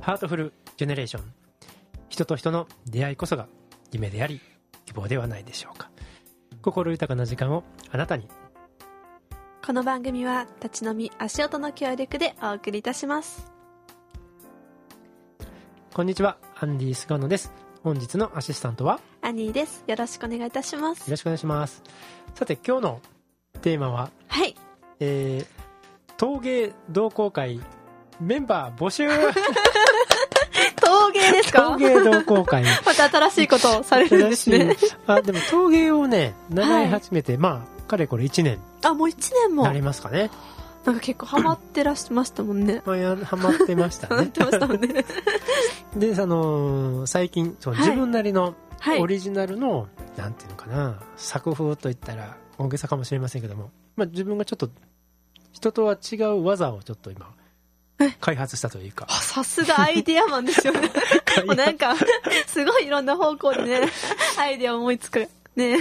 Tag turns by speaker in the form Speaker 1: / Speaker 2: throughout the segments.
Speaker 1: ハートフルジェネレーション人と人の出会いこそが夢であり希望ではないでしょうか心豊かな時間をあなたに
Speaker 2: この番組は立ち飲み足音の協力でお送りいたします
Speaker 1: こんにちはアンディ菅野です本日のアシスタントはよ
Speaker 2: アニーですよろしくお願いいたします
Speaker 1: ろしくお願いしますさて今日のテーマは、
Speaker 2: はい
Speaker 1: えー、陶芸同好会メンバー募集
Speaker 2: 陶芸です
Speaker 1: 陶
Speaker 2: か
Speaker 1: 芸同好会
Speaker 2: また新しいことをされるんですね
Speaker 1: 新しいあでも陶芸をね習い始めて、まあかれこれ1年
Speaker 2: あもう1年も
Speaker 1: な
Speaker 2: な
Speaker 1: り
Speaker 2: ん
Speaker 1: ますかね、
Speaker 2: か結構ハマってらっしゃいましたもんね
Speaker 1: まあ、やハマってました
Speaker 2: ハ マっ
Speaker 1: ね
Speaker 2: てましたもんね
Speaker 1: でその最近そう、
Speaker 2: はい
Speaker 1: 自分なりの
Speaker 2: はい
Speaker 1: オリジナルの、なんていうのかな作風といったら大げさかもしれませんけども、まあ、自分がちょっと人とは違う技をちょっと今開発したというか
Speaker 2: あさすがアイデアマン ですよね もうなんかすごいいろんな方向でねアイデア思いつくね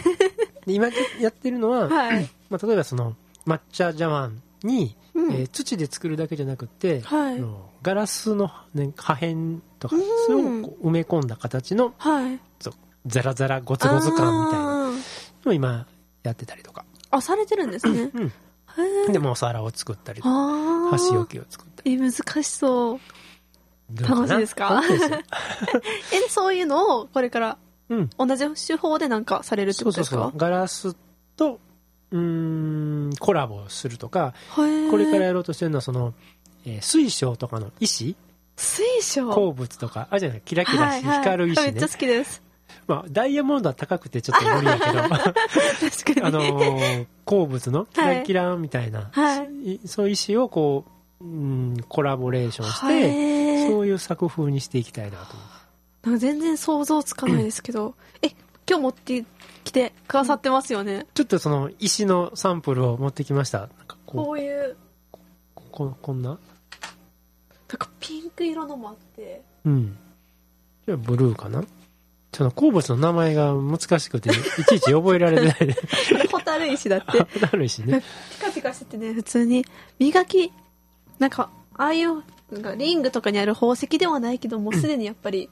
Speaker 1: で今やってるのは、
Speaker 2: はい、
Speaker 1: まあ、例えばその抹茶茶碗に、
Speaker 2: うん
Speaker 1: えー土で作るだけじゃなくて、
Speaker 2: は
Speaker 1: あ
Speaker 2: い
Speaker 1: のガラスの、ね、破片とか
Speaker 2: うん
Speaker 1: それをこう埋め込んだ形の
Speaker 2: はい
Speaker 1: ザラザラゴツゴツ感みたいな
Speaker 2: あー
Speaker 1: のを今やってたりとか、
Speaker 2: あされてるんですね
Speaker 1: うん、
Speaker 2: へー
Speaker 1: でもうお皿を作ったりとか
Speaker 2: ああ
Speaker 1: 箸置きを作ったり
Speaker 2: え難しそう
Speaker 1: どうかな
Speaker 2: 楽しいですか
Speaker 1: そうですよ
Speaker 2: えそういうのをこれから
Speaker 1: うん
Speaker 2: 同じ手法でなんかされるって
Speaker 1: そ
Speaker 2: こ
Speaker 1: うそう
Speaker 2: とですか
Speaker 1: そうガラスとうーんコラボするとか
Speaker 2: へー
Speaker 1: これからやろうとしてるのはその、えー水晶とかの石
Speaker 2: 水晶
Speaker 1: 鉱物とかあるじゃないキラキラし光る石
Speaker 2: はいはい、めっ
Speaker 1: ね
Speaker 2: ちゃ好 きです
Speaker 1: まあダイヤモンドは高くてちょっと無理やけど
Speaker 2: 確か
Speaker 1: あ
Speaker 2: に、
Speaker 1: のー鉱物のキラキラみたいな、、
Speaker 2: はい
Speaker 1: そういう石をこう、うん、コラボレーションし
Speaker 2: へ
Speaker 1: て、
Speaker 2: ー
Speaker 1: そういう作風にしていきたいなと思って
Speaker 2: なんか全然想像つかないですけ どえ今日持ってきてくださってますよね、
Speaker 1: ちょっとその石のサンプルを持ってきましたなんか
Speaker 2: こ
Speaker 1: こ
Speaker 2: ういう
Speaker 1: うここんな
Speaker 2: なんかピンク色のもあって
Speaker 1: うんじゃあブルーかなその鉱物の名前が難し くていちいち覚えられてない
Speaker 2: ホタル石だって
Speaker 1: なるしね
Speaker 2: ピカピカしててね普通に磨きなんかああいうなんかリングとかにある宝石ではないけどもうすでにやっぱり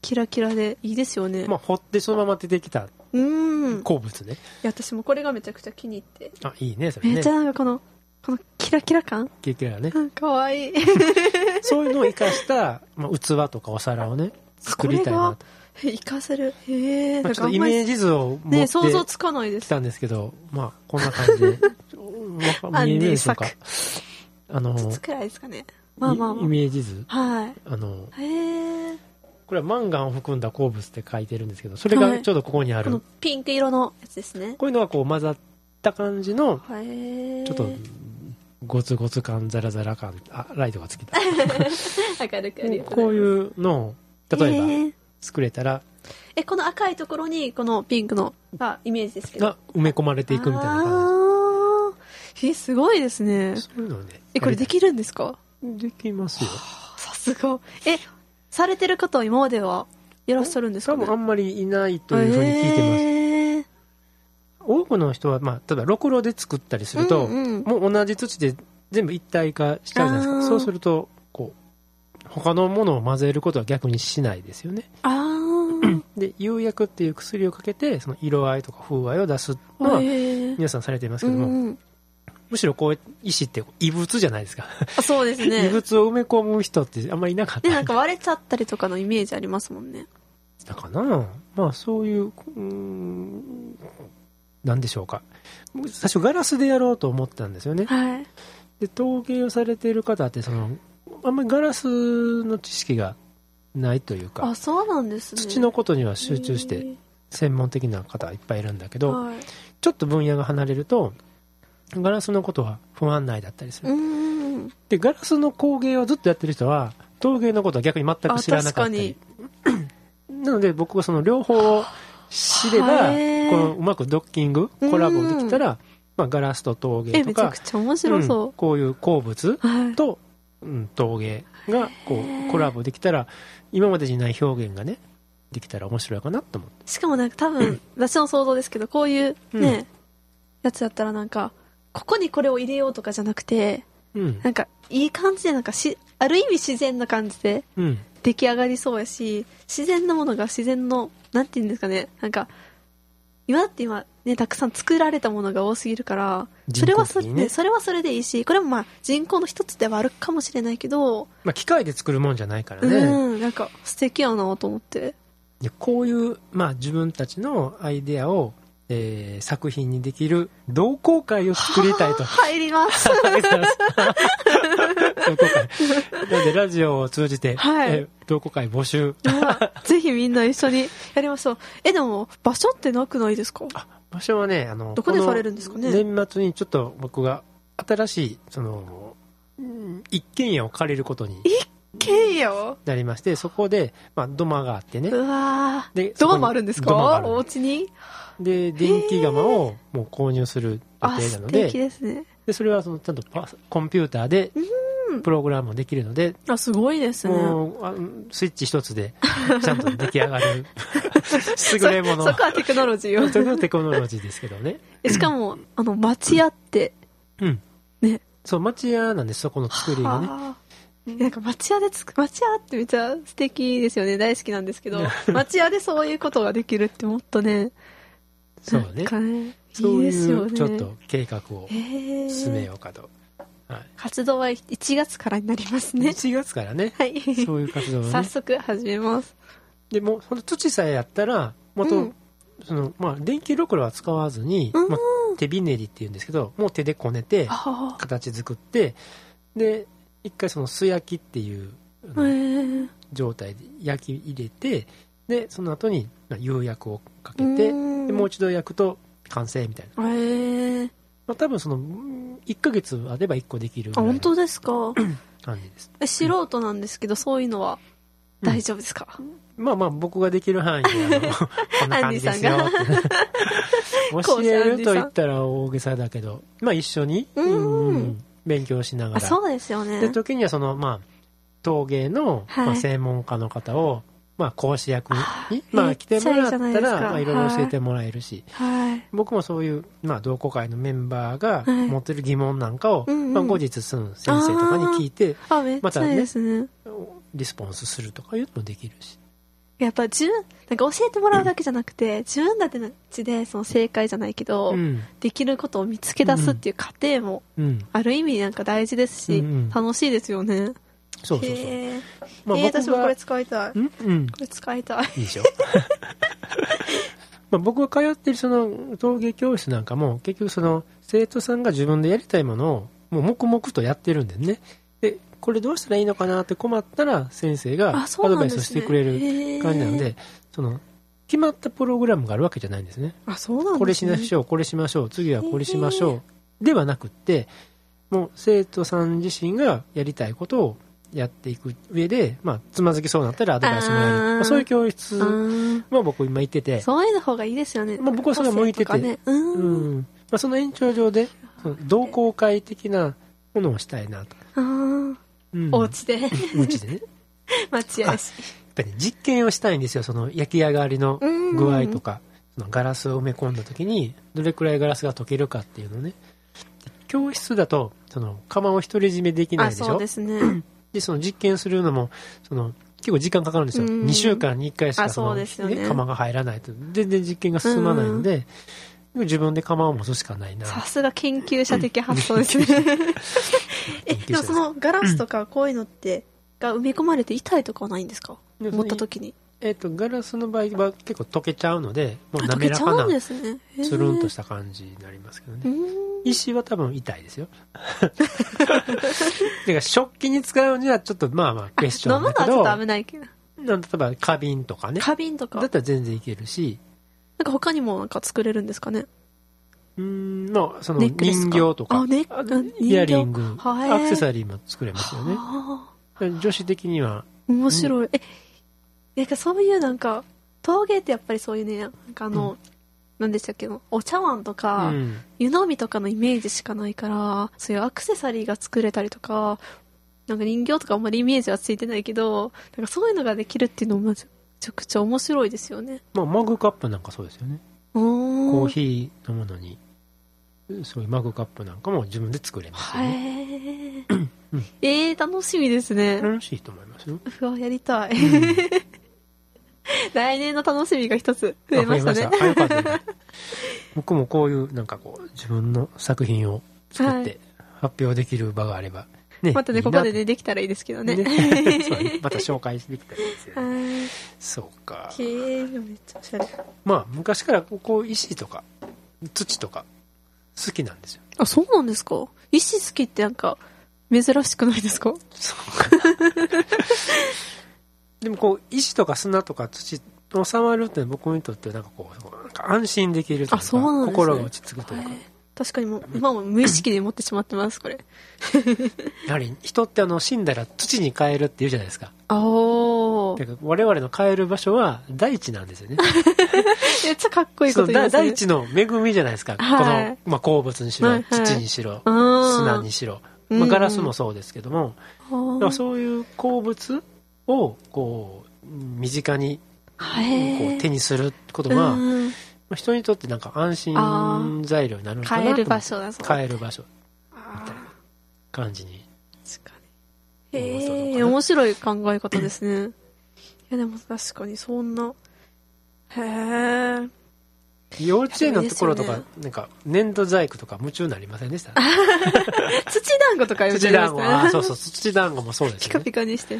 Speaker 2: キラキラでいいですよね、
Speaker 1: まあ掘ってそのまま出てきた
Speaker 2: うーんい
Speaker 1: 鉱物ね
Speaker 2: や私もこれがめちゃくちゃ気に入って
Speaker 1: あいいねそれ
Speaker 2: めっ
Speaker 1: ね
Speaker 2: ちゃなんかこのこのキラキラ感
Speaker 1: キラキラね
Speaker 2: うんかわいい
Speaker 1: そういうのを生かした、まあ、器とかお皿をね作りたいなと
Speaker 2: 生かせるへえ
Speaker 1: まあ、
Speaker 2: なん
Speaker 1: ち
Speaker 2: か
Speaker 1: ょっ
Speaker 2: あ
Speaker 1: と
Speaker 2: ん
Speaker 1: イ
Speaker 2: ま
Speaker 1: メ
Speaker 2: り
Speaker 1: ージ図を持
Speaker 2: ね
Speaker 1: っ
Speaker 2: 想像
Speaker 1: て
Speaker 2: つかないで
Speaker 1: き
Speaker 2: す
Speaker 1: たんですけど、まあこんな感 じで
Speaker 2: ア
Speaker 1: わ
Speaker 2: ン
Speaker 1: 見え
Speaker 2: デ
Speaker 1: る
Speaker 2: ィ
Speaker 1: でしょう
Speaker 2: 作
Speaker 1: かあの
Speaker 2: いつくらいですかねまあまあ
Speaker 1: イイ
Speaker 2: ま
Speaker 1: メージ図
Speaker 2: あは
Speaker 1: あの
Speaker 2: いへえ
Speaker 1: これはマンガンを含んだ鉱物って書いてるんですけどそれがちょうどここにあ
Speaker 2: こ
Speaker 1: る、
Speaker 2: のピンク色のやつですね
Speaker 1: こういうのがこう混ざった感じの
Speaker 2: へえ
Speaker 1: ちょっとゴツゴツ感ザラザラ感あライトがつき た
Speaker 2: 明るくありがと
Speaker 1: こ
Speaker 2: ご
Speaker 1: う
Speaker 2: ざい
Speaker 1: い
Speaker 2: ます
Speaker 1: うのを例えば
Speaker 2: へー
Speaker 1: 作れたら、
Speaker 2: えこの赤いところにこのピンクのがイメージですけど
Speaker 1: が埋め込まれていくみたいな感
Speaker 2: あーえすごいですね
Speaker 1: じそういうのをね
Speaker 2: えこれで
Speaker 1: き
Speaker 2: きるんですか
Speaker 1: できますよ
Speaker 2: さすがえされてる方は今まではいらっしゃるんですか、
Speaker 1: 多
Speaker 2: ね、
Speaker 1: 分あんまりいないというふうに聞いてます、
Speaker 2: へー
Speaker 1: 多くの人は、まあ、例えばろくろで作ったりすると、
Speaker 2: うんうん
Speaker 1: もう同じ土で全部一体化しちゃうじゃないです
Speaker 2: あー
Speaker 1: かそうするとこう他のものを混ぜることは逆にしないですよね
Speaker 2: あ
Speaker 1: で釉薬っていう薬をかけてその色合いとか風合いを出す
Speaker 2: あ、
Speaker 1: のは
Speaker 2: へー
Speaker 1: 皆さんされています
Speaker 2: う
Speaker 1: けども、
Speaker 2: んうん、
Speaker 1: むしろこう石って異物じゃないですか、
Speaker 2: あそうです
Speaker 1: 異
Speaker 2: ね
Speaker 1: 物を埋め込む人ってあんまりいなかっ
Speaker 2: で
Speaker 1: た
Speaker 2: なんか割れちゃったりとかのイメージありますもんね
Speaker 1: だかなまあそういううーんなんでしょうか最初ガラスでやろうと思ったんですよね
Speaker 2: はい
Speaker 1: で陶芸をされている方ってそのあんまりガラスの知識がないというか
Speaker 2: あそうなんですね
Speaker 1: 土のことには集中し
Speaker 2: へ
Speaker 1: て
Speaker 2: ー
Speaker 1: 専門的な方いっぱいいるんだけど
Speaker 2: はい
Speaker 1: ちょっと分野が離れるとガラスのことは不安内だったりす
Speaker 2: う
Speaker 1: る
Speaker 2: んうんうん
Speaker 1: でガラスの工芸をずっとやってる人は陶芸のことは逆に全く知らなかったりなので僕はその両方を知れば
Speaker 2: へー
Speaker 1: このうまくドッキングコラボできたらまあガラスと陶芸
Speaker 2: え
Speaker 1: と
Speaker 2: めち
Speaker 1: か
Speaker 2: ゃくちゃ面白
Speaker 1: うん
Speaker 2: そ
Speaker 1: こういう鉱物
Speaker 2: う、はい
Speaker 1: と、うん、陶芸がこ
Speaker 2: へー
Speaker 1: うコラボできたら今までにない表現がねできたら面白いかなと思って
Speaker 2: しかもなんか多分私の想像ですけどこういうね、
Speaker 1: う
Speaker 2: やつだったらなんかここにこれを入れようとかじゃなくて
Speaker 1: うん
Speaker 2: なんかいい感じでなんかしある意味自然な感じで
Speaker 1: うん
Speaker 2: 出来上がりそうやし自然なものが自然のなんて言うんですかねなんか今だって今ねたくさん作られたものが多すぎるからそれはそれ
Speaker 1: 人工
Speaker 2: で、
Speaker 1: 的にね
Speaker 2: それはそれでいいしこれもまあ人口の一つではあるかもしれないけど、
Speaker 1: まあ、機械で作るもんじゃないからね、
Speaker 2: うんなんか素敵やなと思って
Speaker 1: でこういう、まあ、自分たちのアイデアを、えー作品にできる同好会を作りたいと
Speaker 2: はあ 入ります
Speaker 1: ありがとうございます同好会なのでラジオを通じて、
Speaker 2: はい
Speaker 1: えー同好会募集
Speaker 2: ぜひみんな一緒にやりましょうえでも場所ってなくないですか
Speaker 1: あ場所はねあの
Speaker 2: どこで
Speaker 1: の
Speaker 2: されるんですかね
Speaker 1: 年末にちょっと僕が新しいそのうん一軒家を借りることに
Speaker 2: けいよ
Speaker 1: なりましてそこで、まあ、土間があってね
Speaker 2: うわー
Speaker 1: でそこ
Speaker 2: ドマ
Speaker 1: に
Speaker 2: もあるんです
Speaker 1: 土間があ
Speaker 2: か
Speaker 1: る
Speaker 2: お家に
Speaker 1: で電気釜をもう購入する予
Speaker 2: あ
Speaker 1: 定なの
Speaker 2: 素
Speaker 1: で
Speaker 2: 敵ですね
Speaker 1: でそれはそのちゃんとパコンピューターでプログラムもできるので、
Speaker 2: あすごいですね
Speaker 1: もうあのスイッチ一つでちゃんと出来上が る優
Speaker 2: そ
Speaker 1: れもの
Speaker 2: そ こはテクノロジー
Speaker 1: 本
Speaker 2: を
Speaker 1: 当のテクノロジーですけどね、
Speaker 2: えしかもあの町屋って
Speaker 1: うん、
Speaker 2: ね
Speaker 1: そう町屋なんですそこの作りがね
Speaker 2: はあなんか町屋でつく町屋ってめっちゃ素敵ですよね大好きな んですけど町屋でそういうことができるってもっとね
Speaker 1: そう
Speaker 2: なん
Speaker 1: ね
Speaker 2: かね
Speaker 1: そ
Speaker 2: いうい
Speaker 1: い
Speaker 2: ですよ
Speaker 1: う
Speaker 2: ね
Speaker 1: ちょっと計画を
Speaker 2: へー
Speaker 1: 進めようかと、はい
Speaker 2: 活動は1月からになりますね
Speaker 1: 1月からね
Speaker 2: はい
Speaker 1: そういう活動を
Speaker 2: 早
Speaker 1: ね
Speaker 2: 速始めます
Speaker 1: でもうほんと土さえやったらもっと、
Speaker 2: うん
Speaker 1: そのまあ、電気ろくろは使わずに、
Speaker 2: うん
Speaker 1: まあ、手びねりっていうんですけどもう手でこねて
Speaker 2: あ
Speaker 1: 形作ってで一回その素焼きっていうあ
Speaker 2: あ
Speaker 1: の
Speaker 2: へー
Speaker 1: 状態で焼き入れてでその後にまあ釉薬をかけ
Speaker 2: う
Speaker 1: て
Speaker 2: ん
Speaker 1: でもう一度焼くと完成みたいな、
Speaker 2: へー
Speaker 1: まあ、多分そのうん1ヶ月あれば1個できるぐ
Speaker 2: あ
Speaker 1: らい
Speaker 2: 本
Speaker 1: の
Speaker 2: 当ですか
Speaker 1: 感じです
Speaker 2: え素人なんですけどそういうのは大丈夫ですか、
Speaker 1: まあまあ僕ができる範囲 であのこんな感じですよ
Speaker 2: アン
Speaker 1: って
Speaker 2: 講
Speaker 1: 教
Speaker 2: 師
Speaker 1: え
Speaker 2: アン
Speaker 1: る
Speaker 2: ディさ
Speaker 1: と
Speaker 2: ん
Speaker 1: 言ったら大げさだけどまあ一緒に
Speaker 2: うん
Speaker 1: 勉強しなが
Speaker 2: あ
Speaker 1: ら
Speaker 2: そうですよね
Speaker 1: で時にはそのまあ陶芸の、
Speaker 2: はい
Speaker 1: まあ、専門家の方をまあ講師役
Speaker 2: あ
Speaker 1: に
Speaker 2: ー
Speaker 1: ま
Speaker 2: め
Speaker 1: あ
Speaker 2: っ
Speaker 1: 来
Speaker 2: ちゃい
Speaker 1: て
Speaker 2: いじゃ
Speaker 1: も
Speaker 2: ないで
Speaker 1: ら
Speaker 2: す
Speaker 1: っ
Speaker 2: か
Speaker 1: たらま
Speaker 2: は
Speaker 1: あ
Speaker 2: い
Speaker 1: いろいろ教えてもらえるし
Speaker 2: はい
Speaker 1: 僕もそういうまあ同好会のメンバーが
Speaker 2: はい
Speaker 1: 持ってる疑問なんかを
Speaker 2: うんうん
Speaker 1: まあ後日その先生とかに聞いて
Speaker 2: あめっちゃいいですね
Speaker 1: リスポンスするとかいうのもできるし
Speaker 2: やっぱ自分なんか教えてもらうだけじゃなくて、自分たちでその正解じゃないけど、
Speaker 1: うん
Speaker 2: できることを見つけ出すっていう過程も
Speaker 1: うん
Speaker 2: ある意味なんか大事ですし、
Speaker 1: うんうん
Speaker 2: 楽しいですよね
Speaker 1: そうそうそう
Speaker 2: へー
Speaker 1: まあ
Speaker 2: えー私もこれ使いたいこ
Speaker 1: うんうん
Speaker 2: れ使いたい
Speaker 1: いいでしょまあ僕が通ってるその陶芸教室なんかも結局その生徒さんが自分でやりたいものをもう黙々とやってるんでねでこれどうしたらいいのかなって困ったら先生が
Speaker 2: あ
Speaker 1: ア
Speaker 2: そう
Speaker 1: ド
Speaker 2: な
Speaker 1: バ
Speaker 2: ん
Speaker 1: イ
Speaker 2: です
Speaker 1: ス
Speaker 2: ね
Speaker 1: してくれる感じなの
Speaker 2: へー
Speaker 1: でその決まったプログラムがあるわけじゃないんですね
Speaker 2: あそうなんですね
Speaker 1: これしましょうこれしましょう次はこれしましょうではなくってもう生徒さん自身がやりたいことをやっていく上で、まあ、つまずきそうになったらアドバイスもらえる
Speaker 2: あー
Speaker 1: まあそういう教室
Speaker 2: あー
Speaker 1: まあ僕今行ってて、
Speaker 2: そういうの方がいいですよね、
Speaker 1: まあ僕はそれは向いてて
Speaker 2: 個性とかねうん
Speaker 1: うんまあ、その延長上で、その同好会的なものをしたいなと。
Speaker 2: あー
Speaker 1: うん
Speaker 2: お家で
Speaker 1: お家でね。やっ
Speaker 2: 待合室
Speaker 1: ぱり、ね、実験をしたいんですよ、その焼き上がりの
Speaker 2: うん
Speaker 1: 具合とか、そのガラスを埋め込んだ時に、どれくらいガラスが溶けるかっていうのね。教室だと、その釜を独り占めできない
Speaker 2: あ
Speaker 1: でし
Speaker 2: そう
Speaker 1: ょ
Speaker 2: で。すね
Speaker 1: で、その実験するのも、その、結構時間かかるんですよ。
Speaker 2: うん
Speaker 1: 2週間に1回しか
Speaker 2: あ
Speaker 1: その
Speaker 2: そうですよね
Speaker 1: 釜が入らないと、全然実験が進まないので、でも自分で釜を持つしかないな。
Speaker 2: さすが研究者的発想ですね え
Speaker 1: 研究者
Speaker 2: でもそのガラスとかこういうのってが埋め込まれて痛いとかはないんですか
Speaker 1: でその
Speaker 2: 持った時に
Speaker 1: えっとガラスの場合は結構溶けちゃうのでもう
Speaker 2: あ溶
Speaker 1: 滑
Speaker 2: け
Speaker 1: ら
Speaker 2: ちゃ
Speaker 1: か
Speaker 2: うん
Speaker 1: な
Speaker 2: ですねへー
Speaker 1: つるんとした感じになりますけど
Speaker 2: う
Speaker 1: ね
Speaker 2: ーん
Speaker 1: 石は多分痛いですよ てか食器に使うにはちょっとまあまあクエスチョ
Speaker 2: 飲
Speaker 1: ン
Speaker 2: むの
Speaker 1: だけ
Speaker 2: はちょ
Speaker 1: ど
Speaker 2: っと危ないけど
Speaker 1: なん例えば花瓶とかね
Speaker 2: 花瓶とか
Speaker 1: だ
Speaker 2: な
Speaker 1: っ
Speaker 2: ん
Speaker 1: たら全然いけるし
Speaker 2: か他にもなんか作れるんですかね
Speaker 1: うーんまあその
Speaker 2: ネックレス
Speaker 1: 人形とか
Speaker 2: あね
Speaker 1: あ
Speaker 2: 人形
Speaker 1: イヤリング
Speaker 2: はい
Speaker 1: アクセサリーも作れますよね
Speaker 2: はあ
Speaker 1: 女子的には
Speaker 2: 面白いえなんかそういうなんか陶芸ってやっぱりそういうねなんかあの何でしたっけお茶碗と
Speaker 1: う
Speaker 2: か
Speaker 1: ん
Speaker 2: 湯飲みとかのイメージしかないからそういうアクセサリーが作れたりとかなんか人形とかあんまりイメージはついてないけどなんかそういうのができるっていうのもめちゃくちゃ面白いですよね
Speaker 1: まあマグカップなんかそうですよねコ
Speaker 2: コ
Speaker 1: ーヒー飲むのにそういうマグカップなんかも自分で作れますよね
Speaker 2: へえ
Speaker 1: うん
Speaker 2: ええ楽しみですね。
Speaker 1: 楽しいと思いますよ。
Speaker 2: うわ、やりたい。
Speaker 1: うん
Speaker 2: 来年の楽しみが一つ
Speaker 1: あ
Speaker 2: 増えましたね。
Speaker 1: あ、よかったね。僕もこういう、なんかこう、自分の作品を作っ
Speaker 2: は
Speaker 1: て発表できる場があれば。ね
Speaker 2: またね、
Speaker 1: いい
Speaker 2: こ
Speaker 1: な
Speaker 2: こでね、できたらいいですけどね。
Speaker 1: ねそうねまた紹介できたらいいですよね。
Speaker 2: はい。
Speaker 1: そうか。
Speaker 2: 経営がめっちゃおしゃれ。
Speaker 1: まあ、昔からここう、石とか、土とか、好きなんですよ。
Speaker 2: あ、そうなんですか石好きってなんか、珍しくないですか
Speaker 1: そうか。でもこう、石とか砂とか土を触るって僕にとってはなんかこう、なんか安心できるというか、
Speaker 2: あそうなんですね
Speaker 1: 心が落ち着くというか。
Speaker 2: 確かにもう、今も無意識で持ってしまってます、これ。
Speaker 1: やはり人ってあの死んだら土に変えるって言うじゃないですか。
Speaker 2: あお
Speaker 1: だから我々の変える場所は大地なん ですよね。
Speaker 2: めっちゃかっこいいこ
Speaker 1: そう
Speaker 2: と言いま
Speaker 1: だ
Speaker 2: すね。
Speaker 1: 大地の恵みじゃないですか。
Speaker 2: はい
Speaker 1: この、まあ、鉱物にしろ
Speaker 2: はい、はい
Speaker 1: 土にしろ、
Speaker 2: うん
Speaker 1: 砂にしろ、
Speaker 2: うん
Speaker 1: まあ、ガラスもそうですけども、
Speaker 2: あー
Speaker 1: だからそういう鉱物をこう身近にこ
Speaker 2: へ
Speaker 1: う
Speaker 2: え
Speaker 1: 手にすることが、ま
Speaker 2: うん
Speaker 1: あ人にとってなんか安心材料になるのかな
Speaker 2: 変える場
Speaker 1: 所
Speaker 2: 所だそう。
Speaker 1: 変える場所
Speaker 2: あー
Speaker 1: 感じに
Speaker 2: 確かに。
Speaker 1: 思う人とかね
Speaker 2: へえ、面白い考え方ですね。いや、でも確かにそんな。へえ。
Speaker 1: 幼稚園のところとか、
Speaker 2: いいで
Speaker 1: なんか粘土細工とか夢中になりませんでした
Speaker 2: 土団子とか言っちゃ
Speaker 1: 土
Speaker 2: いまし
Speaker 1: 団子
Speaker 2: た
Speaker 1: あ
Speaker 2: ね。
Speaker 1: そうそう土団子もそうですよ
Speaker 2: ピカ
Speaker 1: ね
Speaker 2: ピカにして。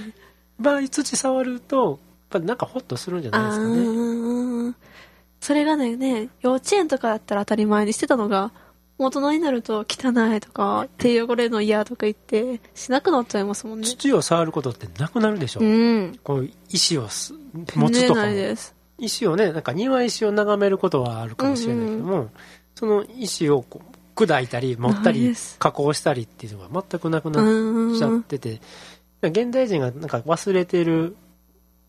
Speaker 1: 場合土触るとやっぱなんかホッとするんじゃない
Speaker 2: あ
Speaker 1: で
Speaker 2: あ
Speaker 1: す
Speaker 2: ー
Speaker 1: か
Speaker 2: うん
Speaker 1: ね
Speaker 2: うんうんそれがねね、幼稚園とかだったら当たり前にしてたのが、大人になると汚いとか、手汚れるの嫌とか言って、しなくなっちゃいますもんね。
Speaker 1: 土を触ることってなくなるでしょ、
Speaker 2: うん。
Speaker 1: こう石をす持つとかも
Speaker 2: ねないです。
Speaker 1: 石をねなんか庭石を眺めることはあるかもしれないけども、その石をこう砕いたり持った
Speaker 2: ない
Speaker 1: り
Speaker 2: です
Speaker 1: 加工したりっていうのが全くなく
Speaker 2: うん
Speaker 1: なっ
Speaker 2: うん
Speaker 1: ち
Speaker 2: う
Speaker 1: ゃっ
Speaker 2: ん。
Speaker 1: てて、現代人がなんか忘れてる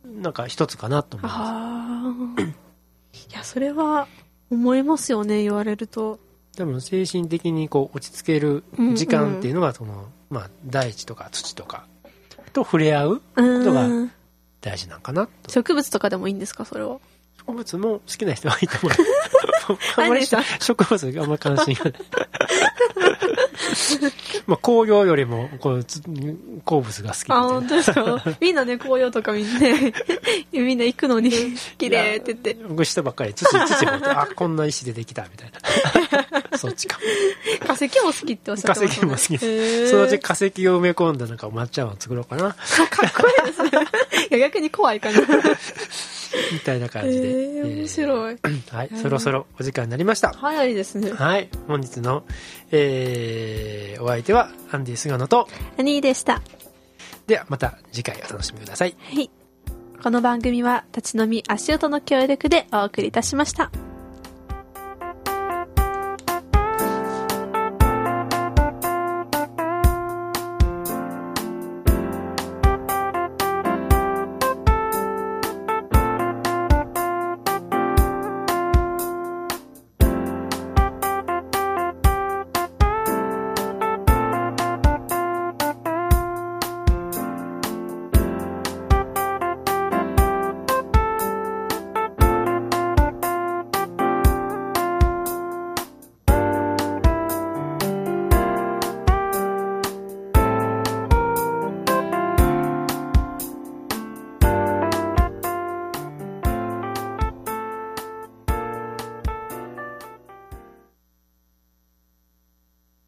Speaker 1: なんか一つかなと思います
Speaker 2: ああ。いや、それは思いますよね、言われると。
Speaker 1: 多分精神的にこう落ち着ける時間っていうのがその、まあ、大地とか土とかと触れ合う
Speaker 2: うん
Speaker 1: が
Speaker 2: うん。
Speaker 1: 大事なんかなと
Speaker 2: 植物とかでもいいんですか、それは。
Speaker 1: 植物も好きな人はいいと思う 僕あんまり
Speaker 2: 何さん
Speaker 1: 植物にあんまり関心がない まあ紅葉よりもこうつ鉱物が好きみた
Speaker 2: あ、
Speaker 1: いな
Speaker 2: 本当ですかみんなね、紅葉とかみんなね、 みんな行くのに、綺麗って言って。
Speaker 1: 僕下ばっかり土土掘 ってあこんな石でできたみたいなそっちか
Speaker 2: 化石も好きっておっしゃってました、ね。
Speaker 1: 化石も好き
Speaker 2: へー
Speaker 1: そのうち化石を埋め込んだなんか抹茶を作ろうかな
Speaker 2: かっこいいですね。いや、逆に怖いかな。
Speaker 1: みたいな感
Speaker 2: え
Speaker 1: じで、
Speaker 2: ー、面白い。
Speaker 1: えーはいそろそろお時間になりました
Speaker 2: 早いですね。
Speaker 1: はい本日の、えーお相手はアンディ菅野と
Speaker 2: 兄でした。
Speaker 1: ではまた次回お楽しみください
Speaker 2: はい。この番組は、立ち飲み足音の協力でお送りいたしました。